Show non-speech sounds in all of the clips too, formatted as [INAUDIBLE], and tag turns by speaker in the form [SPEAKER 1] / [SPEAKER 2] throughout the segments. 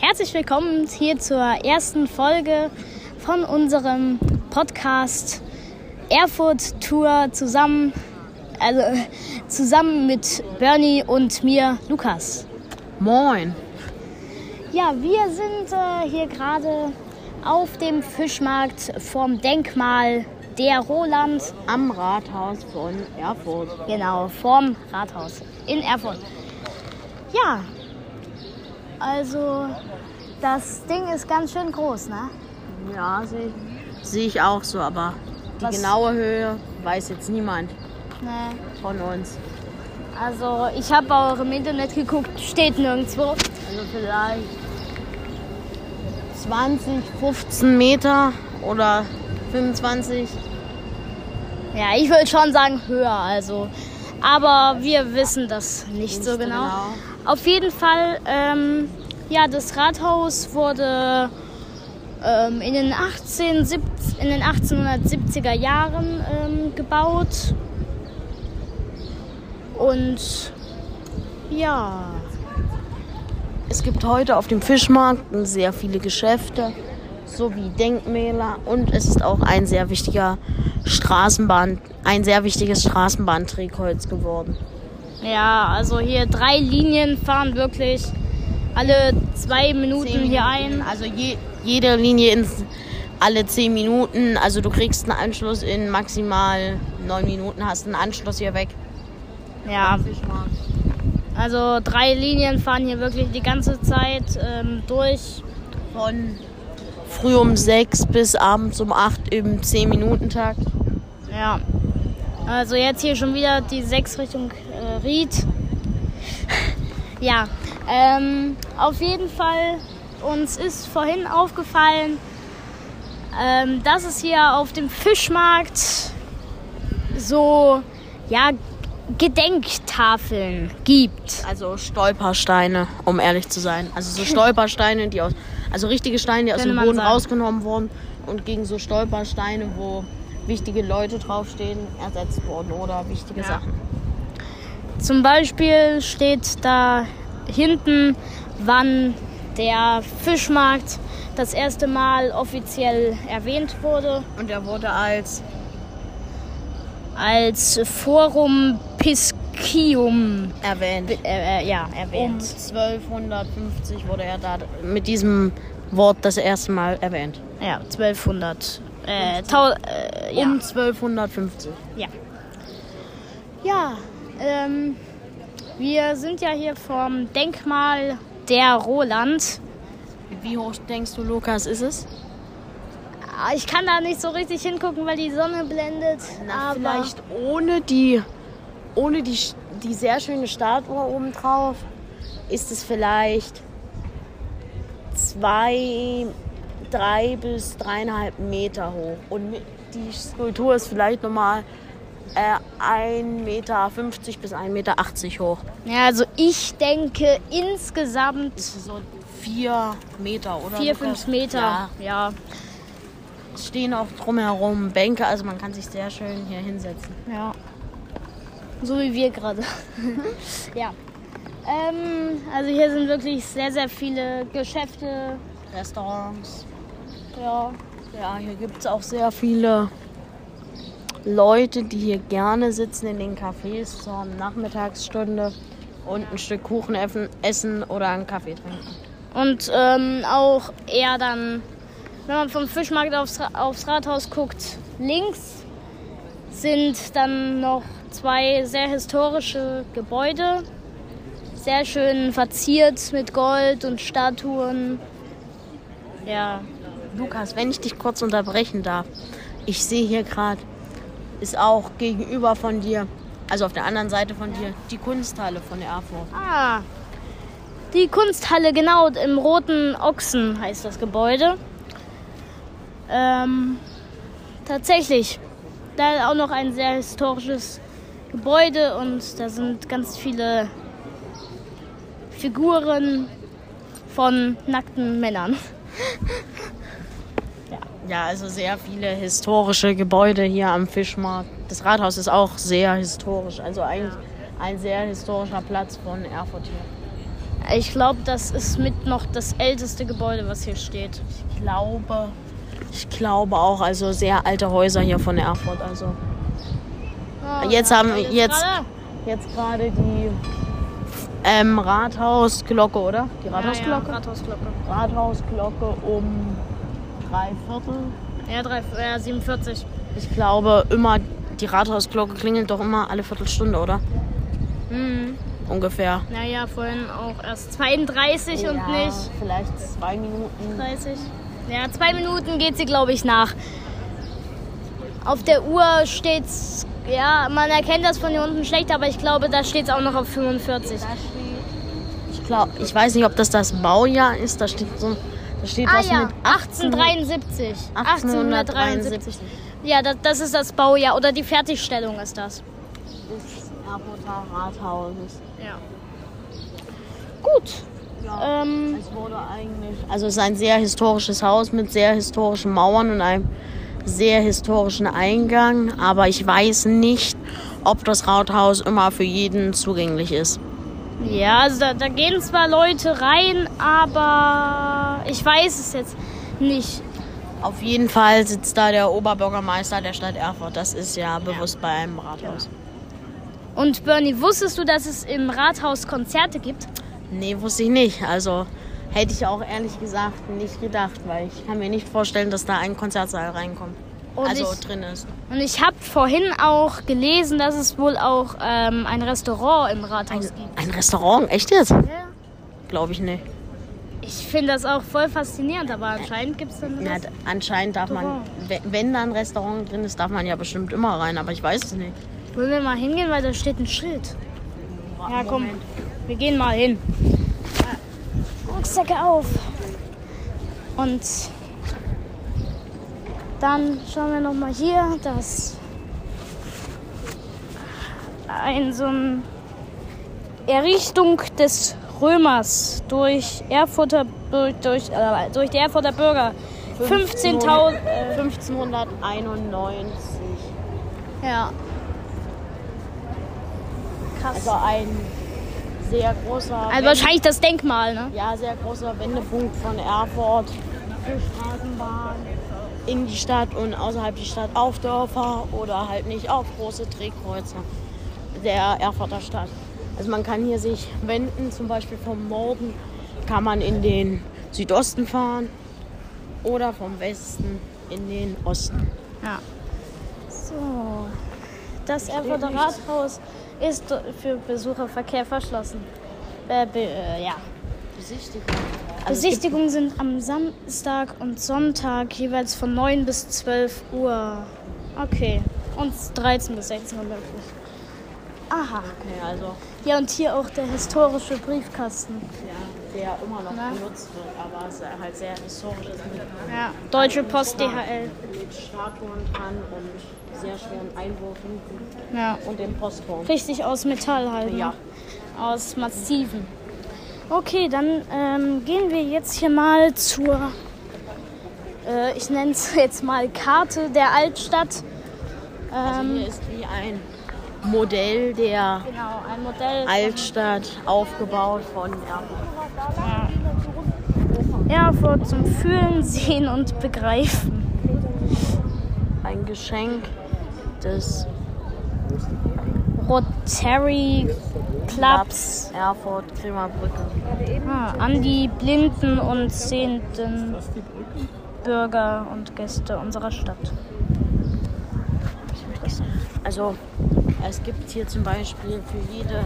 [SPEAKER 1] Herzlich willkommen hier zur ersten Folge von unserem Podcast Erfurt Tour zusammen, also zusammen mit Bernie und mir, Lukas.
[SPEAKER 2] Moin.
[SPEAKER 1] Ja, wir sind äh, hier gerade auf dem Fischmarkt vorm Denkmal der Roland,
[SPEAKER 2] Am Rathaus von Erfurt.
[SPEAKER 1] genau, vorm Rathaus in Erfurt. Ja, also das Ding ist ganz schön groß, ne?
[SPEAKER 2] Ja, sehe ich. Sehe ich auch so, aber die
[SPEAKER 1] Was?
[SPEAKER 2] genaue Höhe weiß jetzt niemand
[SPEAKER 1] Ne.
[SPEAKER 2] von uns.
[SPEAKER 1] Also ich habe auch im Internet geguckt, steht nirgendwo.
[SPEAKER 2] Also vielleicht 20, 15 Meter oder 25.
[SPEAKER 1] Ja, ich würde schon sagen höher, also. Aber wir wissen das nicht,
[SPEAKER 2] Nicht
[SPEAKER 1] so genau.
[SPEAKER 2] genau.
[SPEAKER 1] Auf jeden Fall, ähm, ja, das Rathaus wurde ähm, in, den 18, siebz- in den 1870er Jahren ähm, gebaut. Und ja,
[SPEAKER 2] Es gibt heute auf dem Fischmarkt sehr viele Geschäfte sowie Denkmäler und es ist auch ein sehr wichtiger Straßenbahn, ein sehr wichtiges Straßenbahnträgholz geworden.
[SPEAKER 1] ja, also hier drei Linien fahren wirklich alle zwei Minuten
[SPEAKER 2] Minuten.
[SPEAKER 1] hier ein.
[SPEAKER 2] Also je, jede Linie ins, alle 10 Minuten. Also du kriegst einen Anschluss in maximal 9 Minuten, hast einen Anschluss hier weg.
[SPEAKER 1] Ja, Also drei Linien fahren hier wirklich die ganze Zeit ähm, durch.
[SPEAKER 2] Von früh um 6 bis abends um 8 im 10-Minuten-Takt.
[SPEAKER 1] Ja. Also jetzt hier schon wieder die 6 Richtung äh, Ried. [LAUGHS] ja. Ähm, auf jeden Fall, uns ist vorhin aufgefallen, ähm, dass es hier auf dem Fischmarkt so, ja, Gedenktafeln gibt.
[SPEAKER 2] Also Stolpersteine, um ehrlich zu sein. Also [LAUGHS] so Stolpersteine, die aus. Also richtige Steine, die aus
[SPEAKER 1] Könnte
[SPEAKER 2] dem
[SPEAKER 1] man
[SPEAKER 2] Boden
[SPEAKER 1] sagen.
[SPEAKER 2] rausgenommen wurden und gegen so Stolpersteine, wo wichtige Leute draufstehen, ersetzt wurden oder wichtige
[SPEAKER 1] Ja.
[SPEAKER 2] Sachen.
[SPEAKER 1] Zum Beispiel steht da hinten, wann der Fischmarkt das erste Mal offiziell erwähnt wurde,
[SPEAKER 2] Und er wurde als
[SPEAKER 1] als Forum Piscium
[SPEAKER 2] erwähnt.
[SPEAKER 1] äh, äh, ja,
[SPEAKER 2] Um
[SPEAKER 1] erwähnt.
[SPEAKER 2] 1250 wurde er da mit diesem Wort das erste Mal erwähnt.
[SPEAKER 1] Ja, 1200. Äh, tau, äh, ja.
[SPEAKER 2] Um 1250.
[SPEAKER 1] Ja. Ja, ähm, wir sind ja hier vom Denkmal der Roland.
[SPEAKER 2] Wie hoch denkst du, Lukas, ist es?
[SPEAKER 1] Ah, Ich kann da nicht so richtig hingucken, weil die Sonne blendet. aber
[SPEAKER 2] Vielleicht ohne die, ohne die, Sch- die sehr schöne Statue oben drauf ist es vielleicht zwei, drei bis dreieinhalb Meter hoch. Und mit- die Skulptur ist vielleicht nochmal äh, 1,50 Meter bis 1,80 Meter hoch.
[SPEAKER 1] Ja, also ich denke insgesamt
[SPEAKER 2] so vier Meter, oder?
[SPEAKER 1] vier,
[SPEAKER 2] Lukas?
[SPEAKER 1] fünf Meter.
[SPEAKER 2] Ja,
[SPEAKER 1] Ja.
[SPEAKER 2] es stehen auch drumherum Bänke, also man kann sich sehr schön hier hinsetzen.
[SPEAKER 1] ja. So wie wir gerade. ja. Ähm, also hier sind wirklich sehr, sehr viele Geschäfte.
[SPEAKER 2] Restaurants.
[SPEAKER 1] Ja.
[SPEAKER 2] Ja, hier gibt es auch sehr viele Leute, die hier gerne sitzen in den Cafés zur Nachmittagsstunde und ein Stück Kuchen effen- essen oder einen Kaffee trinken.
[SPEAKER 1] Und ähm, auch eher dann, wenn man vom Fischmarkt aufs, Ra- aufs Rathaus guckt, links sind dann noch zwei sehr historische Gebäude. Sehr schön verziert mit Gold und Statuen. Ja,
[SPEAKER 2] Lukas, wenn ich dich kurz unterbrechen darf. Ich sehe hier gerade, ist auch gegenüber von dir, also auf der anderen Seite von dir, die Kunsthalle von Erfurt.
[SPEAKER 1] Ah, die Kunsthalle, genau, im Roten Ochsen heißt das Gebäude. Ähm, tatsächlich, da auch noch ein sehr historisches Gebäude und da sind ganz viele Figuren von nackten Männern.
[SPEAKER 2] Ja, also sehr viele historische Gebäude hier am Fischmarkt. Das Rathaus ist auch sehr historisch, also eigentlich ein sehr historischer Platz von Erfurt hier.
[SPEAKER 1] Ich glaube, das ist mit noch das älteste Gebäude, was hier steht.
[SPEAKER 2] Ich glaube, ich glaube auch, also sehr alte Häuser hier von Erfurt. Also
[SPEAKER 1] Ah,
[SPEAKER 2] Jetzt
[SPEAKER 1] ja,
[SPEAKER 2] haben-
[SPEAKER 1] alles
[SPEAKER 2] jetzt-
[SPEAKER 1] gerade.
[SPEAKER 2] jetzt gerade die ähm, Rathausglocke, oder? Die Rathausglocke?
[SPEAKER 1] Ja, ja, Rathausglocke.
[SPEAKER 2] Rathausglocke um drei Viertel.
[SPEAKER 1] Ja, drei, äh, 47.
[SPEAKER 2] Ich glaube immer, die Rathausglocke klingelt doch immer alle Viertelstunde, oder?
[SPEAKER 1] Mhm.
[SPEAKER 2] Ungefähr.
[SPEAKER 1] Naja, vorhin auch erst 32 und nicht
[SPEAKER 2] Vielleicht zwei Minuten.
[SPEAKER 1] 30. Ja, zwei Minuten geht sie, glaube ich, nach. Auf der Uhr steht's, ja, man erkennt das von hier unten schlecht, aber ich glaube, da steht's auch noch auf 45.
[SPEAKER 2] Ich glaube, ich weiß nicht, ob das das Baujahr ist. Da steht so, da steht
[SPEAKER 1] Ah
[SPEAKER 2] was
[SPEAKER 1] ja,
[SPEAKER 2] mit
[SPEAKER 1] 1873.
[SPEAKER 2] 1873.
[SPEAKER 1] Ja, das, das ist das Baujahr oder die Fertigstellung ist das.
[SPEAKER 2] des Erfurter Rathauses.
[SPEAKER 1] Ja. Gut. Ähm,
[SPEAKER 2] Es wurde eigentlich. Also es ist ein sehr historisches Haus mit sehr historischen Mauern und einem sehr historischen Eingang. Aber ich weiß nicht, ob das Rathaus immer für jeden zugänglich ist.
[SPEAKER 1] ja, also da, da gehen zwar Leute rein, aber ich weiß es jetzt nicht.
[SPEAKER 2] Auf jeden Fall sitzt da der Oberbürgermeister der Stadt Erfurt. Das ist ja bewusst bei einem Rathaus.
[SPEAKER 1] Und Bernie, wusstest du, dass es im Rathaus Konzerte gibt?
[SPEAKER 2] Nee, wusste ich nicht. Also hätte ich auch ehrlich gesagt nicht gedacht, weil ich kann mir nicht vorstellen, dass da ein Konzertsaal reinkommt.
[SPEAKER 1] Und
[SPEAKER 2] also
[SPEAKER 1] ich-
[SPEAKER 2] drin ist.
[SPEAKER 1] Und ich habe vorhin auch gelesen, dass es wohl auch ähm, ein Restaurant im Rathaus gibt.
[SPEAKER 2] Ein Restaurant, echt jetzt?
[SPEAKER 1] Ja.
[SPEAKER 2] Glaube ich nicht.
[SPEAKER 1] Ich finde das auch voll faszinierend, aber anscheinend gibt es dann
[SPEAKER 2] Na,
[SPEAKER 1] das.
[SPEAKER 2] d- anscheinend darf man, we- wenn da ein Restaurant drin ist, darf man ja bestimmt immer rein, aber ich weiß es nicht.
[SPEAKER 1] Wollen wir mal hingehen, weil da steht ein Schild. Ja, komm,
[SPEAKER 2] Moment.
[SPEAKER 1] wir gehen mal hin. Rucksäcke auf. Und dann schauen wir noch mal hier, das ein so ein Errichtung des Römers durch Erfurter durch, durch, äh, durch die Erfurter Bürger 15.000
[SPEAKER 2] 1591.
[SPEAKER 1] ja krass
[SPEAKER 2] Also ein sehr großer,
[SPEAKER 1] also wahrscheinlich das Denkmal ne
[SPEAKER 2] ja, sehr großer Wendepunkt von Erfurt für Straßenbahn in die Stadt und außerhalb die Stadt auf Dörfer oder halt nicht auf große Drehkreuze der Erfurter Stadt. Also man kann hier sich wenden, zum Beispiel vom Norden kann man in den Südosten fahren oder vom Westen in den Osten.
[SPEAKER 1] Ja. So. Oh, Das Erfurter Rathaus ist für Besucherverkehr verschlossen. Äh, be, äh, ja.
[SPEAKER 2] Besichtigung.
[SPEAKER 1] Besichtigungen sind am Samstag und Sonntag jeweils von 9 bis 12 Uhr. Okay. Und 13 bis 16 Uhr möglich. Aha.
[SPEAKER 2] Okay, also
[SPEAKER 1] Ja, und hier auch der historische Briefkasten.
[SPEAKER 2] ja, der immer noch
[SPEAKER 1] Na?
[SPEAKER 2] genutzt wird, aber es ist halt sehr historisch ist mit
[SPEAKER 1] Ja. Deutsche Post DHL.
[SPEAKER 2] mit Statuen dran und sehr schweren Einwürfen
[SPEAKER 1] Ja.
[SPEAKER 2] und dem Postkorb.
[SPEAKER 1] Richtig aus Metall halt. ne?
[SPEAKER 2] Ja.
[SPEAKER 1] Aus massiven. Okay, dann ähm, gehen wir jetzt hier mal zur, äh, ich nenne es [LAUGHS] jetzt mal Karte der Altstadt.
[SPEAKER 2] Also
[SPEAKER 1] Ähm,
[SPEAKER 2] hier ist wie ein Modell der
[SPEAKER 1] genau, ein Modell
[SPEAKER 2] Altstadt aufgebaut von Erfurt.
[SPEAKER 1] von Erfurt zum Fühlen, [LAUGHS] Sehen und Begreifen.
[SPEAKER 2] Ein Geschenk des
[SPEAKER 1] Rotary Clubs
[SPEAKER 2] Labs Erfurt Bremerbrücke.
[SPEAKER 1] ah, an die Blinden und Sehenden Bürger und Gäste unserer Stadt.
[SPEAKER 2] Also es gibt hier zum Beispiel für jede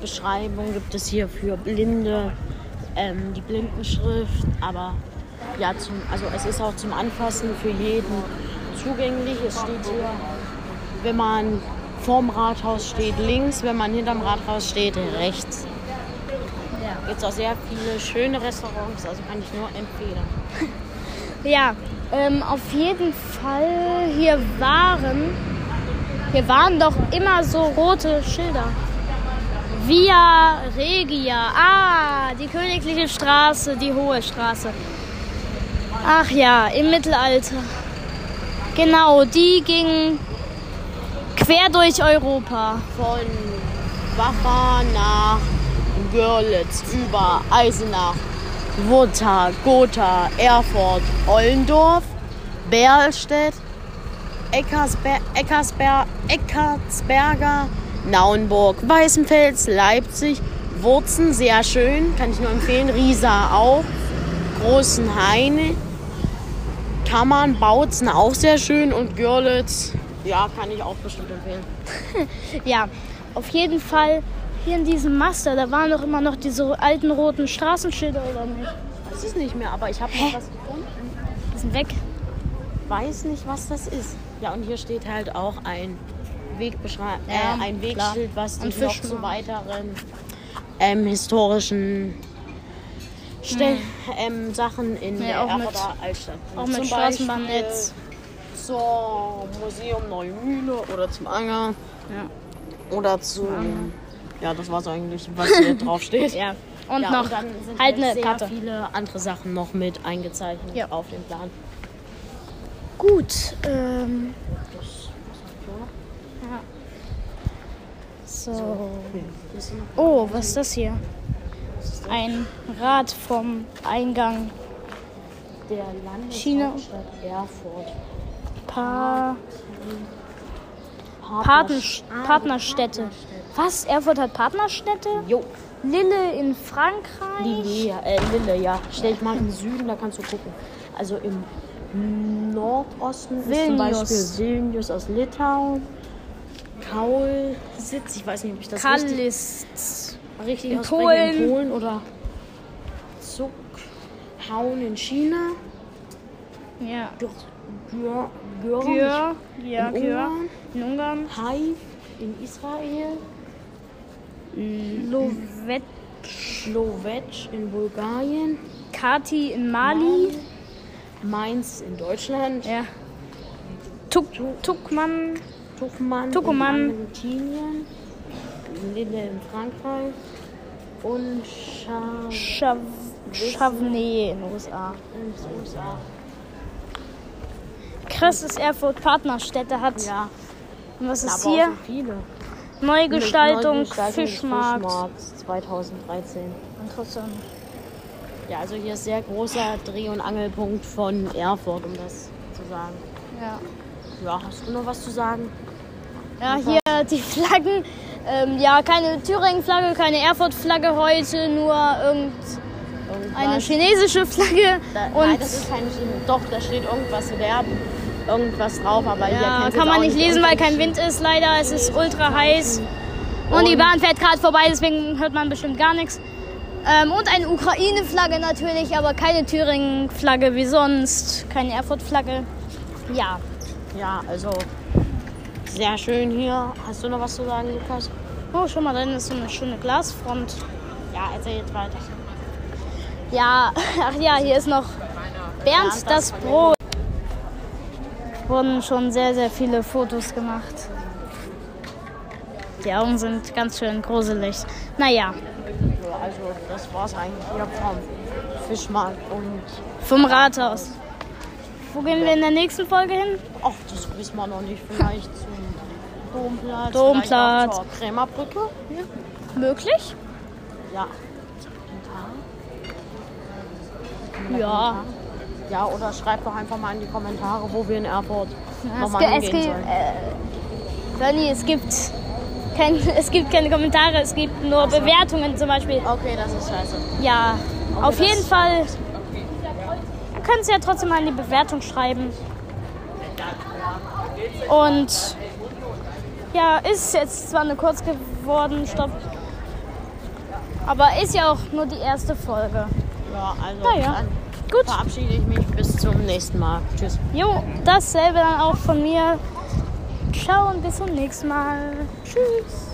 [SPEAKER 2] Beschreibung gibt es hier für Blinde ähm, die Blindenschrift, aber ja, zum, also es ist auch zum Anfassen für jeden zugänglich. Es steht hier, wenn man vorm Rathaus steht, links, wenn man hinterm Rathaus steht, rechts.
[SPEAKER 1] Ja.
[SPEAKER 2] Gibt es auch sehr viele schöne Restaurants, also kann ich nur empfehlen.
[SPEAKER 1] Ja, ähm, auf jeden Fall hier waren, hier waren doch immer so rote Schilder. Via Regia, ah, die königliche Straße, die hohe Straße. Ach ja, im Mittelalter. Genau, die ging quer durch Europa.
[SPEAKER 2] Von Wachau nach Görlitz, über Eisenach, Wutha, Gotha, Erfurt, Ollendorf, Berlstedt, Eckersber Eckersber Eckersberger, Naunburg, Weißenfels, Leipzig, Wurzen, sehr schön, kann ich nur empfehlen, Riesa auch, Großenhaine, Kammern, Bautzen auch sehr schön und Görlitz, ja, kann ich auch bestimmt empfehlen.
[SPEAKER 1] Ja, auf jeden Fall hier in diesem Master, da waren doch immer noch diese alten roten Straßenschilder oder nicht?
[SPEAKER 2] Das ist nicht mehr, aber ich habe noch was gefunden.
[SPEAKER 1] Die sind weg.
[SPEAKER 2] Weiß nicht, was das ist. Ja, und hier steht halt auch ein Wegbeschreibung,
[SPEAKER 1] Ja,
[SPEAKER 2] äh, ein
[SPEAKER 1] klar.
[SPEAKER 2] Wegschild, was
[SPEAKER 1] Und
[SPEAKER 2] dich noch
[SPEAKER 1] Fischmarkt.
[SPEAKER 2] zu weiteren ähm, historischen Stell ähm, Sachen in der
[SPEAKER 1] Hm. auch mit-
[SPEAKER 2] Erfurter Altstadt.
[SPEAKER 1] auch mit
[SPEAKER 2] Zum
[SPEAKER 1] Straßenbahnnetz.
[SPEAKER 2] Beispiel Zum Museum Neumühle oder zum Anger. Oder zu. Ja, das war's eigentlich, was
[SPEAKER 1] [LAUGHS]
[SPEAKER 2] hier drauf steht.
[SPEAKER 1] Ja. Und
[SPEAKER 2] Ja,
[SPEAKER 1] noch
[SPEAKER 2] dann sind
[SPEAKER 1] halt
[SPEAKER 2] halt
[SPEAKER 1] eine
[SPEAKER 2] sehr
[SPEAKER 1] Karte.
[SPEAKER 2] viele andere Sachen noch mit eingezeichnet
[SPEAKER 1] Ja.
[SPEAKER 2] auf dem Plan.
[SPEAKER 1] Gut. Ähm, ja. So. Oh, was ist das hier? Ein Rad vom Eingang.
[SPEAKER 2] Der
[SPEAKER 1] China.
[SPEAKER 2] Landeshauptstadt Erfurt.
[SPEAKER 1] Paar
[SPEAKER 2] Partner-
[SPEAKER 1] Partners Partnerstädte. Was? Erfurt hat Partnerstädte?
[SPEAKER 2] Jo,
[SPEAKER 1] Lille in Frankreich?
[SPEAKER 2] Lille, äh, Lille, ja. Stell dich mal im Süden, da kannst du gucken. Also im Nordosten ist zum
[SPEAKER 1] Vilnius.
[SPEAKER 2] Beispiel Vilnius aus Litauen. Kaulsitz, ich weiß nicht, ob ich das richtig,
[SPEAKER 1] Kallist.
[SPEAKER 2] richtig
[SPEAKER 1] in
[SPEAKER 2] ausspreche.
[SPEAKER 1] Polen.
[SPEAKER 2] In Polen oder Zuckhauen in China.
[SPEAKER 1] Ja.
[SPEAKER 2] Gür, Gür, Gürm,
[SPEAKER 1] Gür. Ja,
[SPEAKER 2] in
[SPEAKER 1] Gür.
[SPEAKER 2] Ungarn.
[SPEAKER 1] In Ungarn.
[SPEAKER 2] Hai in Israel,
[SPEAKER 1] Lowet.
[SPEAKER 2] Slowetsch in Bulgarien,
[SPEAKER 1] Kati in Mali.
[SPEAKER 2] Mainz in Deutschland,
[SPEAKER 1] Ja. Tuk Tukman.
[SPEAKER 2] Tuchmann,
[SPEAKER 1] Tucumán.
[SPEAKER 2] in Argentinien, Lille in Frankreich und Charles
[SPEAKER 1] Chav Chavney in den USA.
[SPEAKER 2] in den USA.
[SPEAKER 1] Krass ist Erfurt Partnerstädte hat.
[SPEAKER 2] Ja,
[SPEAKER 1] Und was ist
[SPEAKER 2] aber
[SPEAKER 1] hier?
[SPEAKER 2] Auch so viele.
[SPEAKER 1] Neugestaltung,
[SPEAKER 2] Neugestaltung des
[SPEAKER 1] Fischmarkt.
[SPEAKER 2] Fischmarkts 2013.
[SPEAKER 1] Interessant.
[SPEAKER 2] Ja, also hier ist sehr großer Dreh- und Angelpunkt von Erfurt, um das zu sagen.
[SPEAKER 1] Ja.
[SPEAKER 2] Ja, hast du noch was zu sagen?
[SPEAKER 1] Ja, hier die Flaggen. Ähm, ja, keine Thüringen-Flagge, keine Erfurt-Flagge heute, nur irgendeine
[SPEAKER 2] Irgendwas?
[SPEAKER 1] chinesische Flagge.
[SPEAKER 2] Da,
[SPEAKER 1] und
[SPEAKER 2] nein, das ist keine Schiene. Doch, da steht irgendwas Verben, irgendwas drauf, aber hier
[SPEAKER 1] ja,
[SPEAKER 2] kannst du
[SPEAKER 1] kann
[SPEAKER 2] jetzt
[SPEAKER 1] man
[SPEAKER 2] auch
[SPEAKER 1] nicht lesen, weil kein
[SPEAKER 2] unterschieden.
[SPEAKER 1] Wind ist leider. Es ist ultra heiß. Und die
[SPEAKER 2] Und-
[SPEAKER 1] Bahn fährt gerade vorbei, deswegen hört man bestimmt gar nichts. Ähm, und eine Ukraine-Flagge natürlich, aber keine Thüringen-Flagge wie sonst. Keine Erfurt-Flagge. Ja.
[SPEAKER 2] Ja, also sehr schön hier. Hast du noch was zu sagen, Lukas?
[SPEAKER 1] Oh, schon mal, dann ist so eine schöne Glasfront.
[SPEAKER 2] Ja, erzähl jetzt weiter.
[SPEAKER 1] Ja, [LAUGHS] ach ja, hier ist noch Bernd das Brot. Wurden schon sehr, sehr viele Fotos gemacht. Die Augen sind ganz schön gruselig. Naja,
[SPEAKER 2] Ja, also das war's eigentlich hier vom Fischmarkt und
[SPEAKER 1] vom Rathaus. Wo gehen wir in der nächsten Folge hin?
[SPEAKER 2] ach, das wissen wir noch nicht. Vielleicht zum Domplatz,
[SPEAKER 1] Domplatz.
[SPEAKER 2] vielleicht auch zur Krämerbrücke.
[SPEAKER 1] Möglich?
[SPEAKER 2] Ja.
[SPEAKER 1] Ja.
[SPEAKER 2] Ja, oder schreibt doch einfach mal in die Kommentare, wo wir in Erfurt
[SPEAKER 1] Es,
[SPEAKER 2] nochmal
[SPEAKER 1] ge- es,
[SPEAKER 2] hingehen
[SPEAKER 1] ge-
[SPEAKER 2] sollen.
[SPEAKER 1] äh, Sonny, es gibt, kein, [LAUGHS] es gibt keine Kommentare, es gibt nur Bewertungen zum Beispiel.
[SPEAKER 2] Okay, das ist scheiße.
[SPEAKER 1] Ja, auf
[SPEAKER 2] das-
[SPEAKER 1] jeden Fall. Ihr könnt es ja trotzdem mal in die Bewertung schreiben. Und ja, ist jetzt zwar eine kurz geworden, stopp. Aber ist ja auch nur die erste Folge.
[SPEAKER 2] Ja, also
[SPEAKER 1] Na ja.
[SPEAKER 2] dann
[SPEAKER 1] Gut.
[SPEAKER 2] verabschiede ich mich bis zum nächsten Mal. Tschüss.
[SPEAKER 1] Jo, dasselbe dann auch von mir. Ciao und bis zum nächsten Mal. Tschüss.